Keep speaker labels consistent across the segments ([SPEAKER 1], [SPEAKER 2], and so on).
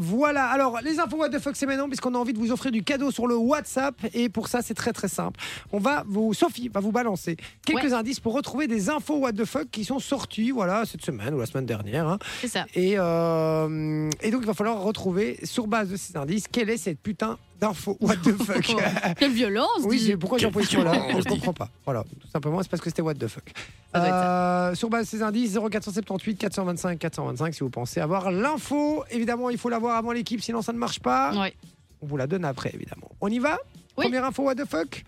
[SPEAKER 1] Voilà, alors les infos What the fuck, c'est maintenant, puisqu'on a envie de vous offrir du cadeau sur le WhatsApp. Et pour ça, c'est très très simple. On va vous, Sophie va vous balancer quelques
[SPEAKER 2] Ouais.
[SPEAKER 1] indices pour retrouver des infos What the fuck qui sont sorties, voilà, cette semaine ou la semaine dernière. hein.
[SPEAKER 2] C'est ça.
[SPEAKER 1] Et, euh, et donc, il va falloir retrouver, sur base de ces indices, quelle est cette putain d'info What the fuck
[SPEAKER 2] Quelle violence
[SPEAKER 1] Oui,
[SPEAKER 2] dis-
[SPEAKER 1] mais pourquoi j'ai employé ce mot-là
[SPEAKER 3] violence,
[SPEAKER 1] Je comprends pas. Voilà, tout simplement, c'est parce que c'était what the fuck.
[SPEAKER 2] Ça doit être
[SPEAKER 1] Euh, sur base de ces indices, 0478 425 425, si vous pensez avoir l'info. Évidemment, il faut l'avoir avant l'équipe, sinon ça ne marche pas.
[SPEAKER 2] Ouais.
[SPEAKER 1] On vous la donne après, évidemment. On y va
[SPEAKER 2] Oui.
[SPEAKER 1] Première info, what the fuck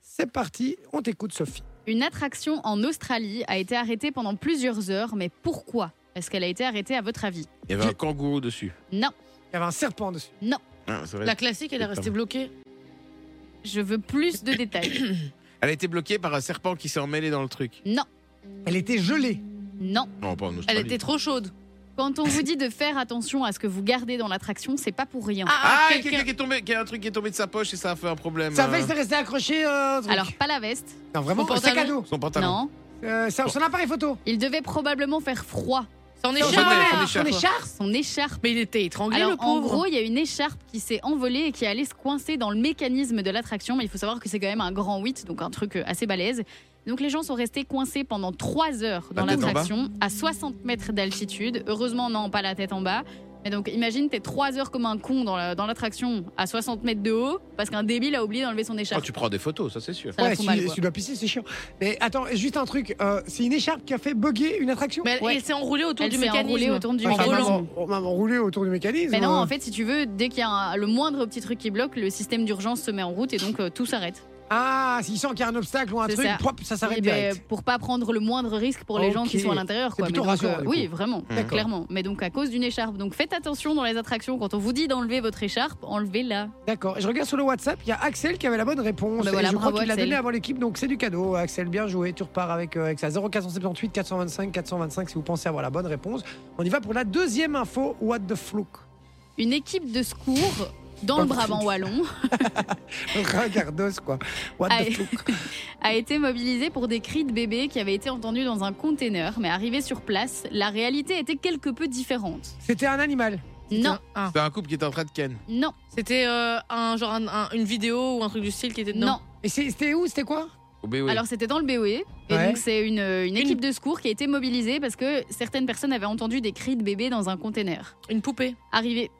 [SPEAKER 1] C'est parti, on t'écoute, Sophie.
[SPEAKER 2] Une attraction en Australie a été arrêtée pendant plusieurs heures, mais pourquoi est-ce qu'elle a été arrêtée à votre avis
[SPEAKER 3] Il y avait un kangourou dessus.
[SPEAKER 2] Non,
[SPEAKER 1] Il y avait un serpent dessus.
[SPEAKER 3] Ah, ça va
[SPEAKER 4] La
[SPEAKER 3] être-
[SPEAKER 4] classique, elle est restée bloquée.
[SPEAKER 2] je veux plus de détails.
[SPEAKER 3] Elle a été bloquée par un serpent qui s'est emmêlé dans le truc.
[SPEAKER 2] Non,
[SPEAKER 1] Elle était gelée.
[SPEAKER 2] non.
[SPEAKER 3] Non, pas en Australie.
[SPEAKER 4] Elle était trop chaude.
[SPEAKER 2] Quand on vous dit de faire attention à ce que vous gardez dans l'attraction, c'est pas pour rien.
[SPEAKER 3] Ah, il y a quelqu'un qui est tombé, qui a un truc qui est tombé de sa poche et ça a fait un problème.
[SPEAKER 1] Sa
[SPEAKER 3] euh,
[SPEAKER 1] veste est restée accrochée. euh, au truc.
[SPEAKER 2] Alors, pas la veste,
[SPEAKER 1] non, vraiment,
[SPEAKER 4] son
[SPEAKER 1] un sac à
[SPEAKER 4] pantalon.
[SPEAKER 1] dos.
[SPEAKER 3] Son pantalon.
[SPEAKER 2] non.
[SPEAKER 1] Euh, son, son appareil photo.
[SPEAKER 2] Il devait probablement faire froid,
[SPEAKER 4] Son
[SPEAKER 3] Son
[SPEAKER 4] écharpe.
[SPEAKER 3] bonnet, son écharpe.
[SPEAKER 2] son écharpe.
[SPEAKER 4] Mais il était étranglé,
[SPEAKER 2] Alors,
[SPEAKER 4] le
[SPEAKER 2] en
[SPEAKER 4] pauvre.
[SPEAKER 2] gros, il y a une écharpe qui s'est envolée et qui est allée se coincer dans le mécanisme de l'attraction. Mais il faut savoir que c'est quand même un grand 8, donc un truc euh, assez balèze. Donc, les gens sont restés coincés pendant 3 heures dans
[SPEAKER 3] La tête en
[SPEAKER 2] l'attraction, à 60 mètres d'altitude. Heureusement, non, pas la tête en bas. Mais donc, imagine, t'es 3 heures comme un con dans la- dans l'attraction, à 60 mètres de haut, parce qu'un débile a oublié d'enlever son
[SPEAKER 3] Ah,
[SPEAKER 2] écharpe.
[SPEAKER 3] tu prends des photos, ça c'est sûr.
[SPEAKER 2] Ça la
[SPEAKER 1] ouais,
[SPEAKER 2] fout
[SPEAKER 1] si,
[SPEAKER 2] mal, quoi.
[SPEAKER 1] si Oh, tu dois pisser, c'est chiant. Mais attends, juste un truc. euh, c'est une écharpe qui a fait bugger une attraction.
[SPEAKER 4] Mais elle,
[SPEAKER 2] Ouais.
[SPEAKER 4] elle s'est enroulée autour
[SPEAKER 2] Elle
[SPEAKER 4] du
[SPEAKER 2] s'est enroulée
[SPEAKER 4] mécanisme.
[SPEAKER 2] autour du
[SPEAKER 1] Ouais, enfin,
[SPEAKER 2] mécanisme.
[SPEAKER 1] maman- oh, maman roulée autour du mécanisme.
[SPEAKER 2] Mais non,
[SPEAKER 1] euh.
[SPEAKER 2] en fait, si tu veux, dès qu'il y a un- le moindre petit truc qui bloque, le système d'urgence se met en route et donc euh, tout s'arrête.
[SPEAKER 1] Ah, s'il sent qu'il y a un obstacle ou un
[SPEAKER 2] C'est
[SPEAKER 1] truc,
[SPEAKER 2] ça.
[SPEAKER 1] propre, ça s'arrête
[SPEAKER 2] Oui, mais euh,
[SPEAKER 1] direct.
[SPEAKER 2] pour pas prendre le moindre risque pour les gens qui
[SPEAKER 1] Ok.
[SPEAKER 2] sont à l'intérieur.
[SPEAKER 1] C'est
[SPEAKER 2] quoi. Mais
[SPEAKER 1] plutôt
[SPEAKER 2] donc, euh,
[SPEAKER 1] rassurant, du
[SPEAKER 2] oui,
[SPEAKER 1] coup.
[SPEAKER 2] vraiment,
[SPEAKER 1] D'accord.
[SPEAKER 2] clairement. Mais donc à cause d'une écharpe. Donc faites attention dans les attractions quand on vous dit d'enlever votre écharpe, enlevez-la.
[SPEAKER 1] D'accord. Et je regarde sur le WhatsApp, il y a Axel qui avait la bonne réponse.
[SPEAKER 2] Bah
[SPEAKER 1] Et
[SPEAKER 2] voilà,
[SPEAKER 1] je crois
[SPEAKER 2] bravo,
[SPEAKER 1] qu'il l'a
[SPEAKER 2] Axel.
[SPEAKER 1] donné avant l'équipe, donc c'est du cadeau. Axel, bien joué. Tu repars avec, euh, avec ça. 0478 425 425 si vous pensez avoir la bonne réponse. On y va pour la deuxième info. What the flouk
[SPEAKER 2] Une équipe de secours
[SPEAKER 1] Pas
[SPEAKER 2] dans le
[SPEAKER 1] de
[SPEAKER 2] Brabant
[SPEAKER 1] foot.
[SPEAKER 2] wallon
[SPEAKER 1] Regardos, quoi. What
[SPEAKER 2] Aïe.
[SPEAKER 1] the flouk
[SPEAKER 2] a été mobilisée pour des cris de bébés qui avaient été entendus dans un container. Mais arrivée sur place, la réalité était quelque peu différente.
[SPEAKER 1] C'était un animal.
[SPEAKER 2] Non,
[SPEAKER 4] Ah.
[SPEAKER 3] C'est un couple qui était en train de ken.
[SPEAKER 2] non,
[SPEAKER 4] C'était euh, un genre un- un- une vidéo ou un truc du style qui était dedans.
[SPEAKER 2] non.
[SPEAKER 1] Et c'est- c'était où C'était quoi
[SPEAKER 3] Au E. BOE.
[SPEAKER 2] Alors c'était dans le BOE et
[SPEAKER 1] Ouais.
[SPEAKER 2] donc c'est une, une équipe de secours qui a été mobilisée parce que certaines personnes avaient entendu des cris de bébé dans un conteneur.
[SPEAKER 4] Une poupée.
[SPEAKER 2] Arrivé.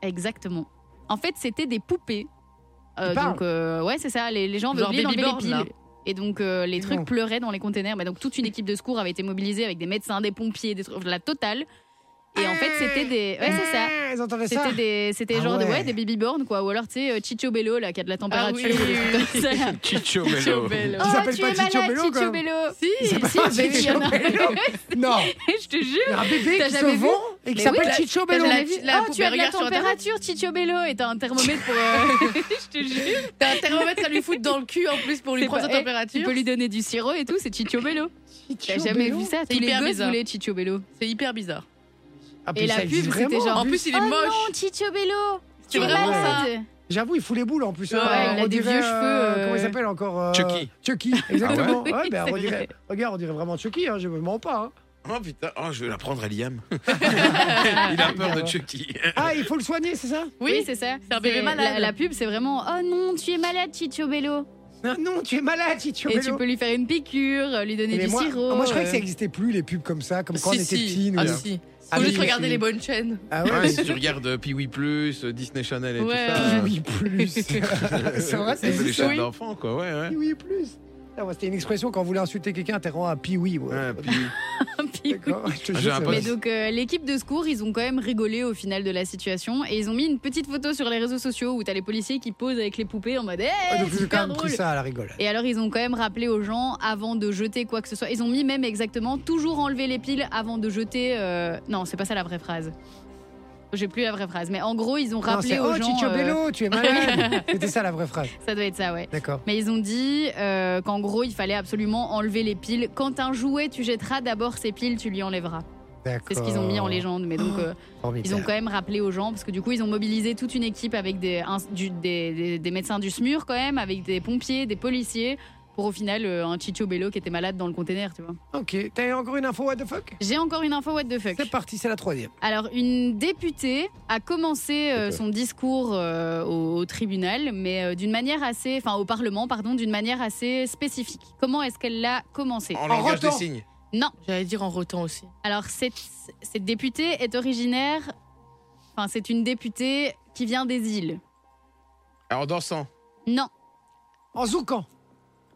[SPEAKER 2] Exactement. En fait c'était des poupées. Euh,
[SPEAKER 1] Ils parlent.
[SPEAKER 2] donc euh, ouais c'est ça, les, les gens avaient
[SPEAKER 4] Genre
[SPEAKER 2] oublié d'enlever les
[SPEAKER 4] Babyborn, là.
[SPEAKER 2] piles. Et donc euh, les trucs
[SPEAKER 1] Non.
[SPEAKER 2] pleuraient dans les conteneurs. Mais donc toute une équipe de secours avait été mobilisée avec des médecins, des pompiers, des trucs, la totale. Et en fait c'était des... Ouais c'est ça.
[SPEAKER 1] Eh, Ils entendaient ça.
[SPEAKER 2] C'était des, c'était
[SPEAKER 1] Ah
[SPEAKER 2] genre des-
[SPEAKER 1] ouais. Ah
[SPEAKER 2] ouais, des babyborn quoi, ou alors tu sais euh, Chicho Bello là qui a de la température,
[SPEAKER 4] oui,
[SPEAKER 2] ou des trucs comme ça.
[SPEAKER 3] Chicho Mello.
[SPEAKER 4] Chicho
[SPEAKER 1] Il
[SPEAKER 4] Bello.
[SPEAKER 2] Oh,
[SPEAKER 1] s'appelle
[SPEAKER 2] tu
[SPEAKER 1] pas
[SPEAKER 2] es
[SPEAKER 1] Chicho
[SPEAKER 2] malade,
[SPEAKER 1] Bello, quand même.
[SPEAKER 2] Si, si,
[SPEAKER 1] pas
[SPEAKER 2] bébé, il y en a.
[SPEAKER 1] Chicho Bello. Non,
[SPEAKER 2] Je te jure.
[SPEAKER 1] il y a un bébé
[SPEAKER 2] T'as
[SPEAKER 1] qui se
[SPEAKER 2] jamais vu
[SPEAKER 1] vend et qui
[SPEAKER 2] Mais
[SPEAKER 1] s'appelle
[SPEAKER 2] oui, t'as-
[SPEAKER 1] Chicho
[SPEAKER 2] T'as
[SPEAKER 1] Bello.
[SPEAKER 2] jamais
[SPEAKER 4] la-
[SPEAKER 2] vu Oh,
[SPEAKER 4] la
[SPEAKER 2] tu as de
[SPEAKER 4] poupée,
[SPEAKER 2] la
[SPEAKER 4] regarde sur
[SPEAKER 2] température, Chicho Bello. Et t'as un thermomètre pour. euh, Je te jure.
[SPEAKER 4] T'as un thermomètre à lui foutre dans le cul en plus pour lui
[SPEAKER 2] C'est
[SPEAKER 4] prendre
[SPEAKER 2] pas-
[SPEAKER 4] sa
[SPEAKER 2] eh,
[SPEAKER 4] température.
[SPEAKER 2] Tu peux lui donner du sirop et tout, c'est Chicho Bello. T'as jamais vu ça
[SPEAKER 4] C'est
[SPEAKER 2] Tous les
[SPEAKER 4] hyper
[SPEAKER 2] gosses
[SPEAKER 4] bizarre.
[SPEAKER 2] voulaient Chicho Bello.
[SPEAKER 4] C'est hyper bizarre.
[SPEAKER 1] Ah,
[SPEAKER 2] Et la pub, c'était genre.
[SPEAKER 4] En plus, il est
[SPEAKER 2] oh
[SPEAKER 4] moche.
[SPEAKER 2] Non, Chicho Bello. Tu
[SPEAKER 4] C'est
[SPEAKER 2] es
[SPEAKER 4] vraiment ça.
[SPEAKER 2] malade.
[SPEAKER 1] J'avoue, il fout les boules en plus. hein.
[SPEAKER 4] Ouais,
[SPEAKER 2] il a
[SPEAKER 1] on
[SPEAKER 2] des
[SPEAKER 1] dirait,
[SPEAKER 2] vieux cheveux, euh,
[SPEAKER 1] Comment il s'appelle encore euh,
[SPEAKER 3] Chucky.
[SPEAKER 1] Chucky, exactement.
[SPEAKER 2] Ah ouais
[SPEAKER 1] Ouais, ben,
[SPEAKER 2] Oui,
[SPEAKER 1] on
[SPEAKER 2] c'est
[SPEAKER 1] dirait,
[SPEAKER 2] vrai.
[SPEAKER 1] regarde, on dirait vraiment Chucky, hein, je me mens pas. hein.
[SPEAKER 3] Oh putain, oh, je vais la prendre à Liam.
[SPEAKER 2] Ah,
[SPEAKER 3] Il a peur de Chucky.
[SPEAKER 1] Ah, il faut le soigner, c'est ça
[SPEAKER 2] Oui, c'est ça.
[SPEAKER 4] C'est un bébé malade.
[SPEAKER 2] La, la pub, c'est vraiment. Oh non, tu es malade, Chicho Bello.
[SPEAKER 1] Ah Non, tu es malade, Chicho
[SPEAKER 2] Et
[SPEAKER 1] Bello.
[SPEAKER 2] tu peux lui faire une piqûre, lui donner
[SPEAKER 1] Mais
[SPEAKER 2] du
[SPEAKER 1] moi,
[SPEAKER 2] sirop.
[SPEAKER 1] moi, je croyais que ça
[SPEAKER 2] euh.
[SPEAKER 1] n'existait plus, les pubs comme ça, comme quand on
[SPEAKER 4] si,
[SPEAKER 1] était
[SPEAKER 4] si.
[SPEAKER 1] petits. nous.
[SPEAKER 4] Ah,
[SPEAKER 3] là.
[SPEAKER 4] si.
[SPEAKER 1] Ah
[SPEAKER 4] Faut
[SPEAKER 1] oui,
[SPEAKER 4] juste
[SPEAKER 1] oui,
[SPEAKER 4] regarder
[SPEAKER 1] oui.
[SPEAKER 4] les bonnes chaînes.
[SPEAKER 1] Ah ouais,
[SPEAKER 3] Ouais, si tu regardes euh, Pee-wee Plus, euh, Disney Channel et
[SPEAKER 4] Ouais,
[SPEAKER 3] tout
[SPEAKER 4] ouais.
[SPEAKER 3] ça. euh,
[SPEAKER 1] Oui, plus. c'est vrai, ça
[SPEAKER 3] c'est les
[SPEAKER 1] existe.
[SPEAKER 3] chaînes
[SPEAKER 1] Oui,
[SPEAKER 3] d'enfants, quoi. Ouais, ouais.
[SPEAKER 1] oui, plus. Ah, moi, C'était une expression quand on voulait insulter quelqu'un, t'es rend à piwi. ouais.
[SPEAKER 3] Ouais, puis-
[SPEAKER 2] euh,
[SPEAKER 1] D'accord, je te
[SPEAKER 3] J'ai
[SPEAKER 1] jure,
[SPEAKER 3] un
[SPEAKER 1] c'est
[SPEAKER 3] pote-
[SPEAKER 2] Mais
[SPEAKER 1] vrai.
[SPEAKER 2] donc euh, l'équipe de secours, ils ont quand même rigolé au final de la situation et ils ont mis une petite photo sur les réseaux sociaux où t'as les policiers qui posent avec les poupées en mode hey,
[SPEAKER 1] Ah, donc, j'ai quand
[SPEAKER 2] super
[SPEAKER 1] même
[SPEAKER 2] drôle.
[SPEAKER 1] pris ça à la rigole.
[SPEAKER 2] Et alors ils ont quand même rappelé aux gens avant de jeter quoi que ce soit. Ils ont mis même exactement toujours enlever les piles avant de jeter. euh, Non, c'est pas ça la vraie phrase. J'ai plus la vraie phrase, mais en gros ils
[SPEAKER 1] Non,
[SPEAKER 2] ont rappelé
[SPEAKER 1] c'est
[SPEAKER 2] aux
[SPEAKER 1] Oh,
[SPEAKER 2] gens.
[SPEAKER 1] Chicho
[SPEAKER 2] euh,
[SPEAKER 1] Bello, tu es malade. C'était ça la vraie phrase.
[SPEAKER 2] Ça doit être ça, ouais.
[SPEAKER 1] D'accord.
[SPEAKER 2] Mais ils ont dit euh, qu'en gros il fallait absolument enlever les piles. Quand un jouet tu jetteras d'abord ses piles, tu lui enlèveras.
[SPEAKER 1] D'accord.
[SPEAKER 2] C'est ce qu'ils ont
[SPEAKER 1] Oh.
[SPEAKER 2] mis en légende, mais donc. euh, Ils ont quand même rappelé aux gens, parce que du coup, ils ont mobilisé toute une équipe avec des, un- du- des, des- des médecins du SMUR, quand même, avec des pompiers, des policiers, pour au final euh, un Chicho Bello qui était malade dans le container, tu vois.
[SPEAKER 1] Ok, t'as encore une info, what the fuck
[SPEAKER 2] J'ai encore une info, what the fuck.
[SPEAKER 1] C'est parti, c'est la troisième.
[SPEAKER 2] Alors, une députée a commencé euh, son discours euh, au, au tribunal, mais euh, d'une manière assez, enfin au Parlement, pardon, d'une manière assez spécifique. Comment est-ce qu'elle l'a commencé
[SPEAKER 3] En langage des
[SPEAKER 1] rotant.
[SPEAKER 3] signes.
[SPEAKER 2] Non.
[SPEAKER 4] J'allais dire en rotant aussi.
[SPEAKER 2] Alors, cette, cette députée est originaire, enfin c'est une députée qui vient des îles.
[SPEAKER 3] Alors, en dansant.
[SPEAKER 2] Non,
[SPEAKER 1] En zoukant,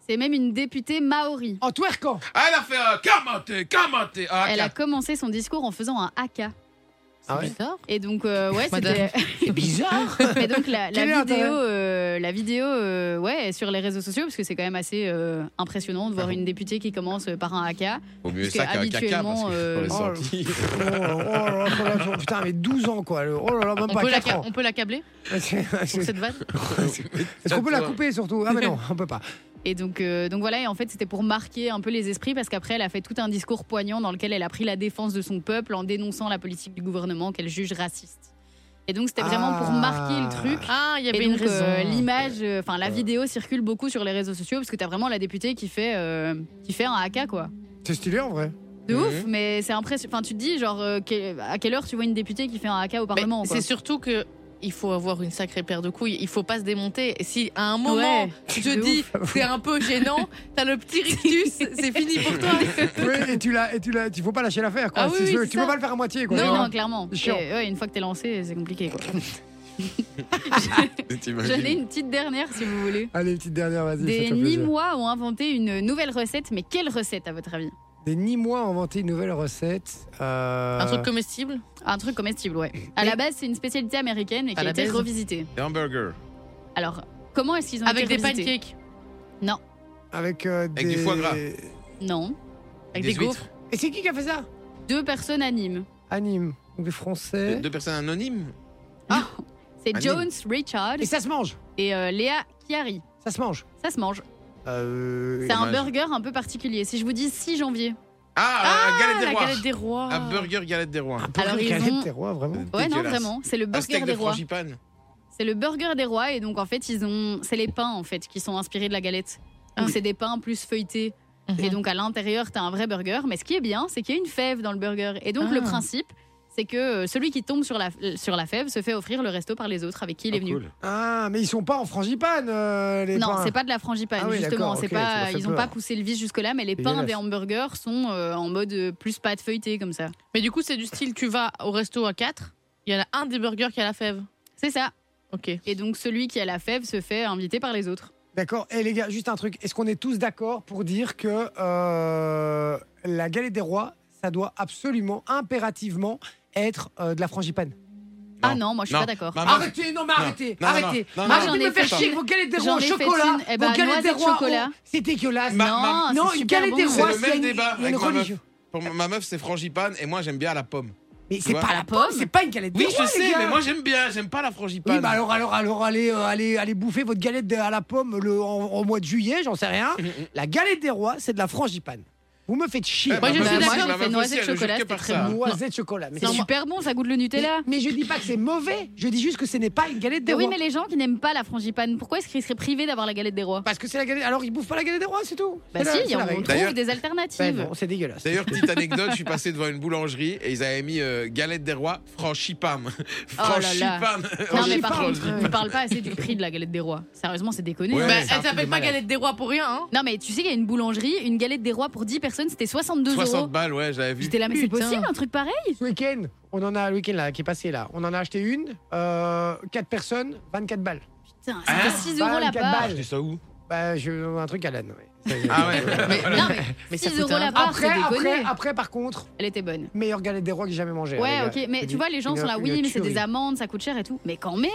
[SPEAKER 2] c'est même une députée maori.
[SPEAKER 1] en twerkant.
[SPEAKER 3] Ah, elle a fait euh, commenter, commenter. Ah,
[SPEAKER 2] Elle a
[SPEAKER 3] quatre.
[SPEAKER 2] commencé son discours en faisant un haka.
[SPEAKER 1] Ah ouais
[SPEAKER 4] Bizarre.
[SPEAKER 2] Et donc, euh, ouais,
[SPEAKER 4] Madame.
[SPEAKER 2] c'était.
[SPEAKER 1] C'est bizarre. Oh,
[SPEAKER 2] Mais donc la, la
[SPEAKER 1] Quel est l'intérêt
[SPEAKER 2] vidéo, euh, la vidéo, euh, ouais, est sur les réseaux sociaux parce que c'est quand même assez euh, impressionnant de voir
[SPEAKER 3] Ah bon
[SPEAKER 2] une députée qui commence euh, par un AK.
[SPEAKER 3] Vaut mieux
[SPEAKER 2] parce
[SPEAKER 3] ça
[SPEAKER 2] que
[SPEAKER 3] qu'un caca parce
[SPEAKER 2] habituellement,
[SPEAKER 3] que
[SPEAKER 2] euh,
[SPEAKER 3] on est
[SPEAKER 1] oh,
[SPEAKER 3] sorti.
[SPEAKER 1] oh, là, oh là, oh là, oh, putain, mais 12 ans quoi. le- Oh là là, même
[SPEAKER 4] On
[SPEAKER 1] pas
[SPEAKER 4] peut, la
[SPEAKER 1] 4 ans.
[SPEAKER 4] on peut l'accabler
[SPEAKER 1] C'est-
[SPEAKER 4] pour
[SPEAKER 1] c'est-
[SPEAKER 4] cette vanne
[SPEAKER 1] Est-ce qu'on peut la couper surtout Ah, mais non, on peut pas.
[SPEAKER 2] Et donc, euh, donc voilà. Et en fait, c'était pour marquer un peu les esprits parce qu'après, elle a fait tout un discours poignant dans lequel elle a pris la défense de son peuple en dénonçant la politique du gouvernement qu'elle juge raciste. Et donc, c'était vraiment pour
[SPEAKER 1] Ah.
[SPEAKER 2] marquer le truc.
[SPEAKER 4] Ah, il y
[SPEAKER 2] Et
[SPEAKER 4] avait une
[SPEAKER 2] donc,
[SPEAKER 4] raison.
[SPEAKER 2] euh, l'image, euh, enfin la vidéo circule beaucoup sur les réseaux sociaux parce que t'as vraiment la députée qui fait, euh, qui fait un AK quoi.
[SPEAKER 1] C'est stylé en vrai.
[SPEAKER 2] De
[SPEAKER 3] Mhm.
[SPEAKER 2] ouf, mais c'est impressionnant. Enfin, tu te dis, genre, euh, que- à quelle heure tu vois une députée qui fait un AK au
[SPEAKER 4] Mais
[SPEAKER 2] Parlement quoi.
[SPEAKER 4] C'est surtout que il faut avoir une sacrée paire de couilles. Il faut pas se démonter. Et si à un moment
[SPEAKER 2] Ouais,
[SPEAKER 4] tu
[SPEAKER 2] de
[SPEAKER 4] te dis c'est un peu gênant, t'as le petit rictus, c'est fini pour toi. hein.
[SPEAKER 1] Oui, et tu l'as, et tu l'as, tu faut pas lâcher l'affaire quoi.
[SPEAKER 4] Ah oui,
[SPEAKER 1] Si
[SPEAKER 4] oui,
[SPEAKER 1] tu veux-
[SPEAKER 4] c'est
[SPEAKER 1] tu peux
[SPEAKER 4] ça.
[SPEAKER 1] pas le faire à moitié quoi.
[SPEAKER 2] Oui,
[SPEAKER 1] tu
[SPEAKER 2] non,
[SPEAKER 1] vois.
[SPEAKER 2] clairement.
[SPEAKER 1] Chiant.
[SPEAKER 2] Et, ouais, une fois que t'es lancé, c'est compliqué. quoi. J'en ai
[SPEAKER 3] T'imagines
[SPEAKER 2] une petite dernière si vous voulez.
[SPEAKER 1] Allez, petite dernière, vas-y.
[SPEAKER 2] Des
[SPEAKER 1] fais-toi plaisir.
[SPEAKER 2] Nîmois ont inventé une nouvelle recette, mais quelle recette à votre avis
[SPEAKER 1] Des Nîmois ont inventé une nouvelle recette. euh,
[SPEAKER 4] Un truc comestible
[SPEAKER 2] Un truc comestible, ouais. À
[SPEAKER 1] Mais-
[SPEAKER 2] la base, c'est une spécialité américaine, mais
[SPEAKER 4] À
[SPEAKER 2] qui a
[SPEAKER 4] la
[SPEAKER 2] été
[SPEAKER 4] base.
[SPEAKER 2] revisitée.
[SPEAKER 3] Des hamburgers.
[SPEAKER 2] Alors, comment est-ce qu'ils ont
[SPEAKER 4] avec
[SPEAKER 2] été
[SPEAKER 4] des
[SPEAKER 2] revisités
[SPEAKER 4] pancakes,
[SPEAKER 1] avec, euh, des...
[SPEAKER 3] du foie gras.
[SPEAKER 1] Et
[SPEAKER 2] Non.
[SPEAKER 4] avec
[SPEAKER 3] Des
[SPEAKER 4] des,
[SPEAKER 3] huîtres.
[SPEAKER 4] gaufres.
[SPEAKER 1] c'est qui qui a fait ça
[SPEAKER 2] Deux personnes à Nîmes.
[SPEAKER 1] Anime. Donc des Français.
[SPEAKER 3] Deux personnes anonymes.
[SPEAKER 2] C'est
[SPEAKER 3] À Nîmes.
[SPEAKER 2] Jones Richard
[SPEAKER 1] Et ça se mange.
[SPEAKER 2] et euh, Léa Chiari.
[SPEAKER 1] Ça se mange.
[SPEAKER 2] Ça se mange.
[SPEAKER 1] Euh,
[SPEAKER 2] C'est un
[SPEAKER 3] dommage.
[SPEAKER 2] burger un peu particulier. Si je vous dis 6 janvier,
[SPEAKER 3] Ah, euh, galette des
[SPEAKER 4] la
[SPEAKER 3] rois.
[SPEAKER 4] galette des rois.
[SPEAKER 3] Un burger galette des rois. Euh,
[SPEAKER 1] un peu
[SPEAKER 2] Alors,
[SPEAKER 1] de
[SPEAKER 2] ils
[SPEAKER 1] galette
[SPEAKER 2] ont-
[SPEAKER 1] des rois, vraiment.
[SPEAKER 2] Ah, Ouais, non,
[SPEAKER 3] Dégueulasse.
[SPEAKER 2] vraiment. C'est le
[SPEAKER 3] Un steak
[SPEAKER 2] burger des
[SPEAKER 3] de
[SPEAKER 2] rois.
[SPEAKER 3] frangipane.
[SPEAKER 2] C'est le burger des rois. Et donc, en fait, ils ont. C'est les pains, en fait, qui sont inspirés de la galette. Donc,
[SPEAKER 4] Ah.
[SPEAKER 2] c'est des pains plus feuilletés.
[SPEAKER 4] Mhm.
[SPEAKER 2] Et donc, à l'intérieur, t'as un vrai burger. Mais ce qui est bien, c'est qu'il y a une fève dans le burger. Et donc, le
[SPEAKER 4] Ah.
[SPEAKER 2] principe, c'est que euh, celui qui tombe sur la, sur la fève se fait offrir le resto par les autres avec qui il est
[SPEAKER 3] Oh,
[SPEAKER 2] venu.
[SPEAKER 3] cool.
[SPEAKER 1] Ah, mais ils sont pas en frangipane, euh, les
[SPEAKER 2] Non,
[SPEAKER 1] pains.
[SPEAKER 2] c'est pas de la frangipane,
[SPEAKER 1] Ah oui,
[SPEAKER 2] justement.
[SPEAKER 1] d'accord,
[SPEAKER 2] C'est
[SPEAKER 1] ok, ça m'a
[SPEAKER 2] pas,
[SPEAKER 1] fait
[SPEAKER 2] ils n'ont
[SPEAKER 1] peur.
[SPEAKER 2] pas poussé le vice jusque-là, mais les pains
[SPEAKER 1] Dégueulasse.
[SPEAKER 2] des hamburgers sont euh, en mode euh, plus pâte feuilletée, comme ça.
[SPEAKER 4] Mais du coup, c'est du style tu vas au resto à 4, il y en a un des burgers qui a la fève.
[SPEAKER 2] C'est ça.
[SPEAKER 4] Ok.
[SPEAKER 2] Et donc, celui qui a la fève se fait inviter par les autres.
[SPEAKER 1] D'accord. Et les gars, juste un truc. Est-ce qu'on est tous d'accord pour dire que euh, la galette des rois, ça doit absolument, impérativement, être euh, de la frangipane
[SPEAKER 2] Ah non, moi, je suis
[SPEAKER 3] Non.
[SPEAKER 2] pas d'accord.
[SPEAKER 3] Maman,
[SPEAKER 1] Arrêtez, non mais
[SPEAKER 3] Non,
[SPEAKER 1] arrêtez,
[SPEAKER 3] non, non,
[SPEAKER 1] arrêtez.
[SPEAKER 3] non, non,
[SPEAKER 1] arrêtez
[SPEAKER 2] non,
[SPEAKER 1] de
[SPEAKER 2] non,
[SPEAKER 1] me faire
[SPEAKER 2] non.
[SPEAKER 1] chier, vos galettes des rois
[SPEAKER 2] J'en
[SPEAKER 1] au
[SPEAKER 2] ai fait
[SPEAKER 1] chocolat,
[SPEAKER 2] une, eh ben,
[SPEAKER 1] vos galettes
[SPEAKER 2] noisette
[SPEAKER 1] des rois,
[SPEAKER 2] chocolat.
[SPEAKER 1] oh, c'est dégueulasse.
[SPEAKER 3] Ma-
[SPEAKER 2] non,
[SPEAKER 3] ma-
[SPEAKER 1] non,
[SPEAKER 2] c'est
[SPEAKER 1] une
[SPEAKER 2] super
[SPEAKER 1] galette
[SPEAKER 2] bon.
[SPEAKER 1] des
[SPEAKER 3] C'est
[SPEAKER 1] rois,
[SPEAKER 3] le
[SPEAKER 1] c'est
[SPEAKER 3] même
[SPEAKER 1] une,
[SPEAKER 3] débat
[SPEAKER 1] il y a une
[SPEAKER 3] avec ma meuf.
[SPEAKER 1] religion.
[SPEAKER 3] Pour ma- ma meuf, c'est frangipane et moi, j'aime bien la pomme.
[SPEAKER 1] Mais
[SPEAKER 3] Tu
[SPEAKER 1] c'est
[SPEAKER 3] vois
[SPEAKER 1] pas la pomme, c'est pas une galette des
[SPEAKER 3] Oui,
[SPEAKER 1] rois,
[SPEAKER 3] je
[SPEAKER 1] les
[SPEAKER 3] sais,
[SPEAKER 1] gars.
[SPEAKER 3] mais moi, j'aime bien. J'aime pas la frangipane.
[SPEAKER 1] Oui, bah alors, alors, alors, allez, euh, allez, allez bouffer votre galette de- à la pomme le, en, en mois de juillet, j'en sais rien.
[SPEAKER 3] Mm,
[SPEAKER 1] La galette des rois, c'est de la frangipane. Vous me faites chier.
[SPEAKER 3] Eh,
[SPEAKER 2] Moi,
[SPEAKER 3] ma
[SPEAKER 2] je
[SPEAKER 3] meuf
[SPEAKER 2] suis
[SPEAKER 3] aussi,
[SPEAKER 2] d'accord,
[SPEAKER 3] ma
[SPEAKER 2] il
[SPEAKER 3] meuf
[SPEAKER 2] fait
[SPEAKER 3] aussi,
[SPEAKER 2] noisette
[SPEAKER 3] elle joue
[SPEAKER 2] chocolat,
[SPEAKER 3] que
[SPEAKER 2] c'est
[SPEAKER 3] par
[SPEAKER 2] très
[SPEAKER 3] ça.
[SPEAKER 2] bon.
[SPEAKER 1] Noisette chocolat. Mais
[SPEAKER 2] C'est super bon, ça goûte le Nutella.
[SPEAKER 1] Mais, mais je dis pas que c'est mauvais, je dis juste que ce n'est pas une galette des
[SPEAKER 2] Mais oui,
[SPEAKER 1] rois.
[SPEAKER 2] mais les gens qui n'aiment pas la frangipane, pourquoi est-ce qu'ils seraient privés d'avoir la galette des rois
[SPEAKER 1] Parce que c'est la galette. Alors ils bouffent pas la galette des rois, c'est tout.
[SPEAKER 2] Bah
[SPEAKER 1] C'est la-
[SPEAKER 2] si,
[SPEAKER 1] c'est la
[SPEAKER 2] on
[SPEAKER 1] règle.
[SPEAKER 2] trouve
[SPEAKER 3] D'ailleurs-
[SPEAKER 2] des alternatives.
[SPEAKER 1] Ben non, c'est dégueulasse.
[SPEAKER 3] D'ailleurs, petite anecdote, je suis passé devant une boulangerie et ils avaient mis euh, galette des
[SPEAKER 2] Oh
[SPEAKER 3] rois franchipam.
[SPEAKER 2] là là.
[SPEAKER 3] Franchipam.
[SPEAKER 2] non, mais par
[SPEAKER 1] Frangipane.
[SPEAKER 2] contre, euh, on parle pas assez du prix de la galette des rois. Sérieusement, c'est déconné.
[SPEAKER 3] Ouais.
[SPEAKER 2] hein.
[SPEAKER 4] Bah,
[SPEAKER 3] c'est un truc
[SPEAKER 4] elle
[SPEAKER 3] de
[SPEAKER 4] s'appelle pas
[SPEAKER 3] malade.
[SPEAKER 4] galette des rois pour rien, hein
[SPEAKER 2] Non, mais tu sais qu'il y a une boulangerie, une galette des rois pour 10 personnes, c'était 62 euros.
[SPEAKER 3] 60 balles, ouais, j'avais vu.
[SPEAKER 2] J'étais là, mais c'est
[SPEAKER 4] Putain.
[SPEAKER 2] possible un truc pareil
[SPEAKER 1] Ce week-end, on en a le week-end là qui est passé là. On en a acheté une, euh, 4 personnes, 24 balles.
[SPEAKER 2] Putain, c'était
[SPEAKER 4] Ah,
[SPEAKER 3] Hein
[SPEAKER 2] 6 euros la
[SPEAKER 1] 24
[SPEAKER 2] part.
[SPEAKER 1] balles.
[SPEAKER 3] ça où
[SPEAKER 1] Bah, je, un truc à l'âne. ouais. Ça,
[SPEAKER 3] Ah ouais.
[SPEAKER 2] Mais, non, mais,
[SPEAKER 4] ça
[SPEAKER 2] 6
[SPEAKER 4] coûte
[SPEAKER 2] euros
[SPEAKER 4] un
[SPEAKER 2] la part,
[SPEAKER 1] Après,
[SPEAKER 2] c'est
[SPEAKER 1] après, ah.
[SPEAKER 2] déconné.
[SPEAKER 1] après, par contre,
[SPEAKER 2] Elle était bonne.
[SPEAKER 1] meilleure galette des rois que j'ai jamais mangée.
[SPEAKER 2] Ouais,
[SPEAKER 1] les gars.
[SPEAKER 2] ok, mais
[SPEAKER 1] C'est
[SPEAKER 2] tu vois, les gens
[SPEAKER 1] une-
[SPEAKER 2] sont là,
[SPEAKER 1] une
[SPEAKER 2] oui, mais c'est
[SPEAKER 1] tuerie.
[SPEAKER 2] des amendes, ça coûte cher et tout. Mais quand même,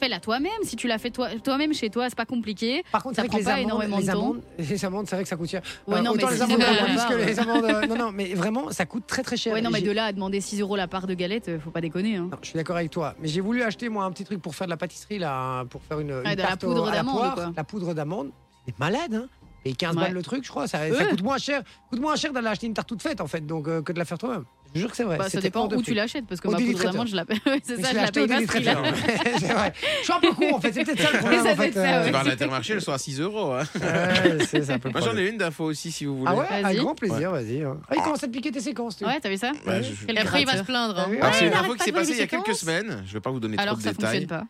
[SPEAKER 2] fais-la toi-même. Si tu l'as fait toi- toi-même chez toi, c'est pas compliqué.
[SPEAKER 1] Par contre,
[SPEAKER 2] Ça
[SPEAKER 1] c'est vrai que les
[SPEAKER 2] prend pas
[SPEAKER 1] amandes,
[SPEAKER 2] énormément de
[SPEAKER 1] les
[SPEAKER 2] temps.
[SPEAKER 1] amandes, les amandes, c'est vrai que ça coûte cher.
[SPEAKER 2] Ouais,
[SPEAKER 1] Euh,
[SPEAKER 2] non,
[SPEAKER 1] autant
[SPEAKER 2] mais
[SPEAKER 1] les
[SPEAKER 2] c'est-
[SPEAKER 1] amandes
[SPEAKER 4] c'est
[SPEAKER 1] de
[SPEAKER 4] la
[SPEAKER 1] police que
[SPEAKER 2] barre,
[SPEAKER 1] les
[SPEAKER 2] ouais.
[SPEAKER 1] amandes. euh, non, non, mais vraiment, ça coûte très très cher.
[SPEAKER 2] Ouais, non, mais
[SPEAKER 1] J'ai-
[SPEAKER 2] de là à demander 6 euros la part de galette, euh, faut pas déconner. Hein.
[SPEAKER 1] Non, je suis d'accord avec toi, mais j'ai voulu acheter moi un petit truc pour faire de la pâtisserie là, hein, pour faire une, une
[SPEAKER 2] de la
[SPEAKER 1] tarte au-
[SPEAKER 2] poudre
[SPEAKER 1] à la
[SPEAKER 2] d'amande,
[SPEAKER 1] poire,
[SPEAKER 2] quoi.
[SPEAKER 1] la poudre d'amande. C'est malade, hein. Et 15
[SPEAKER 2] Ouais.
[SPEAKER 1] balles le truc, je crois, ça, ça
[SPEAKER 2] Ouais.
[SPEAKER 1] coûte moins cher, coûte moins cher d'aller acheter une tarte toute faite en fait, donc euh, que de la faire toi-même. Je Je jure que c'est vrai.
[SPEAKER 2] Bah, ça
[SPEAKER 1] c'était
[SPEAKER 2] dépend
[SPEAKER 1] hors de
[SPEAKER 2] où
[SPEAKER 1] prix.
[SPEAKER 2] tu l'achètes, parce que
[SPEAKER 1] Au
[SPEAKER 2] ma poudre
[SPEAKER 1] délitraiteur.
[SPEAKER 2] d'amande, je la paye. Oui, c'est
[SPEAKER 1] Mais je
[SPEAKER 2] ça, je
[SPEAKER 1] l'ai
[SPEAKER 2] la
[SPEAKER 1] acheté au
[SPEAKER 2] paye pas ce prix-là.
[SPEAKER 1] délitraiteur. C'est vrai. Je suis un peu con en fait. C'est peut-être ça le problème en
[SPEAKER 2] Ça doit
[SPEAKER 1] fait.
[SPEAKER 2] être ça,
[SPEAKER 1] euh,
[SPEAKER 3] Tu
[SPEAKER 2] ouais.
[SPEAKER 3] vas à l'intermarché, elles sont à 6 euros. hein.
[SPEAKER 1] ouais, c'est ça, un peu le
[SPEAKER 3] Moi, j'en
[SPEAKER 1] problème.
[SPEAKER 3] ai une d'info aussi, si vous voulez.
[SPEAKER 1] Ah ouais, avec
[SPEAKER 2] Vas-y.
[SPEAKER 1] grand plaisir, vas-y. hein. Ah, il commence à te piquer tes séquences, tu.
[SPEAKER 2] Ouais, t'as vu ça
[SPEAKER 3] Bah, je-
[SPEAKER 4] Et après, il va se plaindre. hein.
[SPEAKER 1] T'as vu Ah,
[SPEAKER 3] Alors, Ah, c'est
[SPEAKER 2] Ouais,
[SPEAKER 3] une
[SPEAKER 2] il
[SPEAKER 3] info
[SPEAKER 2] arrête
[SPEAKER 3] qui
[SPEAKER 2] pas
[SPEAKER 3] s'est
[SPEAKER 2] de voler
[SPEAKER 3] passée il y a
[SPEAKER 2] les
[SPEAKER 3] quelques
[SPEAKER 2] séquences.
[SPEAKER 3] semaines. Je vais pas vous donner
[SPEAKER 2] Alors
[SPEAKER 3] trop de
[SPEAKER 2] ça
[SPEAKER 3] détails.
[SPEAKER 2] fonctionne pas.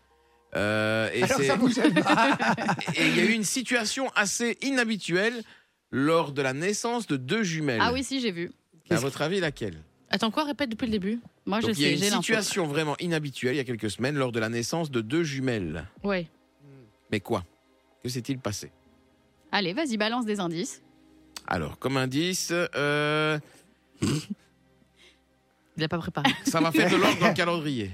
[SPEAKER 3] Euh, et
[SPEAKER 1] Alors
[SPEAKER 3] c'est-
[SPEAKER 1] ça fonctionne pas.
[SPEAKER 3] et il y a eu une situation assez inhabituelle lors de la naissance de deux jumelles.
[SPEAKER 2] Ah oui, si, j'ai vu.
[SPEAKER 3] À votre avis, laquelle
[SPEAKER 4] Attends, quoi Répète depuis le début.
[SPEAKER 2] Moi, je
[SPEAKER 3] Donc, Il y a
[SPEAKER 2] sais,
[SPEAKER 3] une
[SPEAKER 2] j'ai l'info.
[SPEAKER 3] situation vraiment inhabituelle il y a quelques semaines lors de la naissance de deux jumelles.
[SPEAKER 4] Ouais.
[SPEAKER 3] Mais quoi Que s'est-il passé
[SPEAKER 2] Allez, vas-y, balance des indices.
[SPEAKER 3] Alors, comme indice, euh,
[SPEAKER 4] Il l'a pas préparé.
[SPEAKER 3] ça va faire de l'ordre dans le calendrier.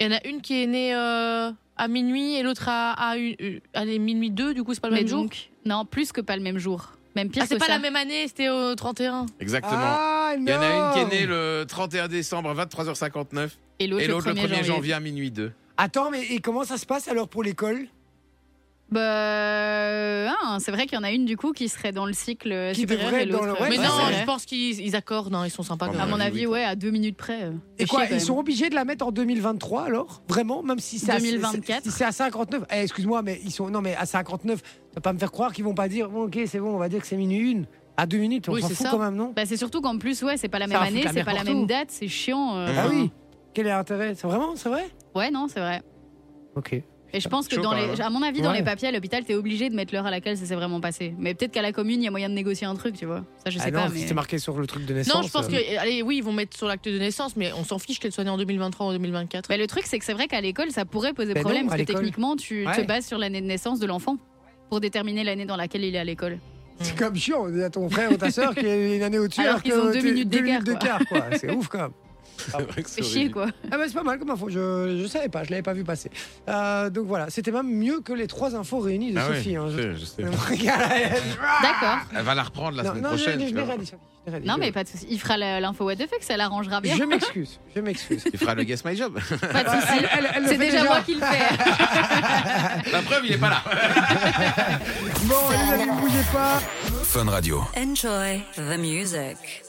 [SPEAKER 4] Il y en a une qui est née euh, à minuit et l'autre à, à une- euh, allez, minuit 2, du coup, c'est pas le
[SPEAKER 2] Mais
[SPEAKER 4] même jour.
[SPEAKER 2] donc, non, plus que pas le même jour. Même pire
[SPEAKER 4] Ah, c'est
[SPEAKER 2] que
[SPEAKER 4] pas
[SPEAKER 2] ça.
[SPEAKER 4] la même année, c'était au 31.
[SPEAKER 3] Exactement.
[SPEAKER 1] Ah non.
[SPEAKER 3] il y en a une qui est née le 31 décembre à 23h59
[SPEAKER 2] Et l'autre
[SPEAKER 3] et
[SPEAKER 2] le
[SPEAKER 3] l'autre le
[SPEAKER 2] 1er janvier.
[SPEAKER 3] janvier à minuit 2.
[SPEAKER 2] Ah,
[SPEAKER 1] Attends, mais et comment ça se passe alors pour l'école
[SPEAKER 2] Bah, euh, hein, c'est vrai qu'il y en a une du coup qui serait dans le cycle
[SPEAKER 1] Qui
[SPEAKER 2] supérieur
[SPEAKER 1] devrait
[SPEAKER 2] et
[SPEAKER 1] être dans
[SPEAKER 2] l'autre. euh,
[SPEAKER 1] le- ouais,
[SPEAKER 4] mais
[SPEAKER 1] bah,
[SPEAKER 4] non,
[SPEAKER 1] c'est
[SPEAKER 4] je pense qu'ils ils accordent, non, ils sont sympas
[SPEAKER 3] Ah,
[SPEAKER 4] quand
[SPEAKER 2] À
[SPEAKER 4] même.
[SPEAKER 2] mon
[SPEAKER 3] Ouais,
[SPEAKER 2] avis,
[SPEAKER 3] oui,
[SPEAKER 2] ouais, à deux minutes près. euh.
[SPEAKER 1] Et
[SPEAKER 2] C'est
[SPEAKER 1] quoi
[SPEAKER 2] chier, quand
[SPEAKER 1] Ils
[SPEAKER 2] même.
[SPEAKER 1] sont obligés de la mettre en 2023 alors Vraiment Même si c'est à-
[SPEAKER 2] 2024.
[SPEAKER 1] si c'est à 59. Eh, Excuse-moi, mais ils sont. Non, mais à 59, tu vas pas me faire croire qu'ils vont pas dire bon, ok, c'est bon, on va dire que c'est minuit une. À deux minutes, on
[SPEAKER 4] Oui,
[SPEAKER 1] s'en
[SPEAKER 4] c'est
[SPEAKER 1] fout
[SPEAKER 4] ça.
[SPEAKER 1] quand même, non
[SPEAKER 2] Bah, c'est surtout qu'en plus, ouais, c'est pas la
[SPEAKER 1] Ça
[SPEAKER 2] même
[SPEAKER 1] va foutre
[SPEAKER 2] année,
[SPEAKER 1] la
[SPEAKER 2] c'est
[SPEAKER 1] merde
[SPEAKER 2] pas la
[SPEAKER 1] partout.
[SPEAKER 2] même date, c'est chiant. euh,
[SPEAKER 1] Ah
[SPEAKER 2] enfin,
[SPEAKER 1] oui Quel est l'intérêt C'est vraiment C'est vrai
[SPEAKER 2] Ouais, non, c'est vrai.
[SPEAKER 1] Ok.
[SPEAKER 2] Et je pense que,
[SPEAKER 3] Chaud
[SPEAKER 2] dans
[SPEAKER 3] quand
[SPEAKER 2] les,
[SPEAKER 3] même, hein.
[SPEAKER 2] à mon avis, dans
[SPEAKER 1] Ouais.
[SPEAKER 2] les papiers à l'hôpital, t'es obligé de mettre l'heure à laquelle ça s'est vraiment passé. Mais peut-être qu'à la commune, il y a moyen de négocier un truc, tu vois. Ça, je sais
[SPEAKER 1] Ah non,
[SPEAKER 2] pas.
[SPEAKER 1] si
[SPEAKER 2] mais-
[SPEAKER 1] c'est marqué sur le truc de naissance.
[SPEAKER 4] Non, je pense
[SPEAKER 1] euh,
[SPEAKER 4] que. Allez, oui, ils vont mettre sur l'acte de naissance, mais on s'en fiche qu'elle soit née en 2023 ou en 2024.
[SPEAKER 2] Mais le truc, c'est que c'est vrai qu'à l'école, ça pourrait poser
[SPEAKER 1] Ben non,
[SPEAKER 2] problème,
[SPEAKER 1] à
[SPEAKER 2] parce que
[SPEAKER 1] l'école.
[SPEAKER 2] techniquement, tu te
[SPEAKER 1] Ouais.
[SPEAKER 2] bases sur l'année de naissance de l'enfant pour déterminer l'année dans laquelle il est à l'école.
[SPEAKER 1] C'est comme chiant, on dit à ton frère ou ta soeur qui est une année au-dessus.
[SPEAKER 2] Alors qu'ils ont
[SPEAKER 1] que
[SPEAKER 2] deux
[SPEAKER 1] t'es-
[SPEAKER 2] minutes d'écart,
[SPEAKER 1] d'écart, quoi. C'est ouf quand même.
[SPEAKER 2] C'est chier, quoi.
[SPEAKER 1] Ah bah c'est pas mal comme info, je, je savais pas, je l'avais pas vu passer. Euh, donc voilà, c'était même mieux que les trois infos réunies de
[SPEAKER 3] Ah ouais,
[SPEAKER 1] Sophie. hein, je-
[SPEAKER 3] je sais, je sais.
[SPEAKER 1] Ah,
[SPEAKER 2] D'accord.
[SPEAKER 3] Elle va la reprendre la
[SPEAKER 1] non,
[SPEAKER 3] semaine
[SPEAKER 1] non, je,
[SPEAKER 3] prochaine.
[SPEAKER 1] je
[SPEAKER 3] tu
[SPEAKER 1] l'ai
[SPEAKER 3] vas voir.
[SPEAKER 1] réalisé, Sophie, je l'ai réalisé.
[SPEAKER 2] Non, mais pas de souci. Il fera la- l'info what the fuck, ça l'arrangera bien.
[SPEAKER 1] Je m'excuse, je m'excuse.
[SPEAKER 3] Il fera le guess my job.
[SPEAKER 2] Pas de souci.
[SPEAKER 1] Elle- elle- elle le
[SPEAKER 2] C'est
[SPEAKER 1] fait
[SPEAKER 2] déjà, moi qui le fais.
[SPEAKER 3] La preuve, il est pas là.
[SPEAKER 1] Bon, les amis, ne bougez pas.
[SPEAKER 5] Fun Radio.
[SPEAKER 6] Enjoy the music.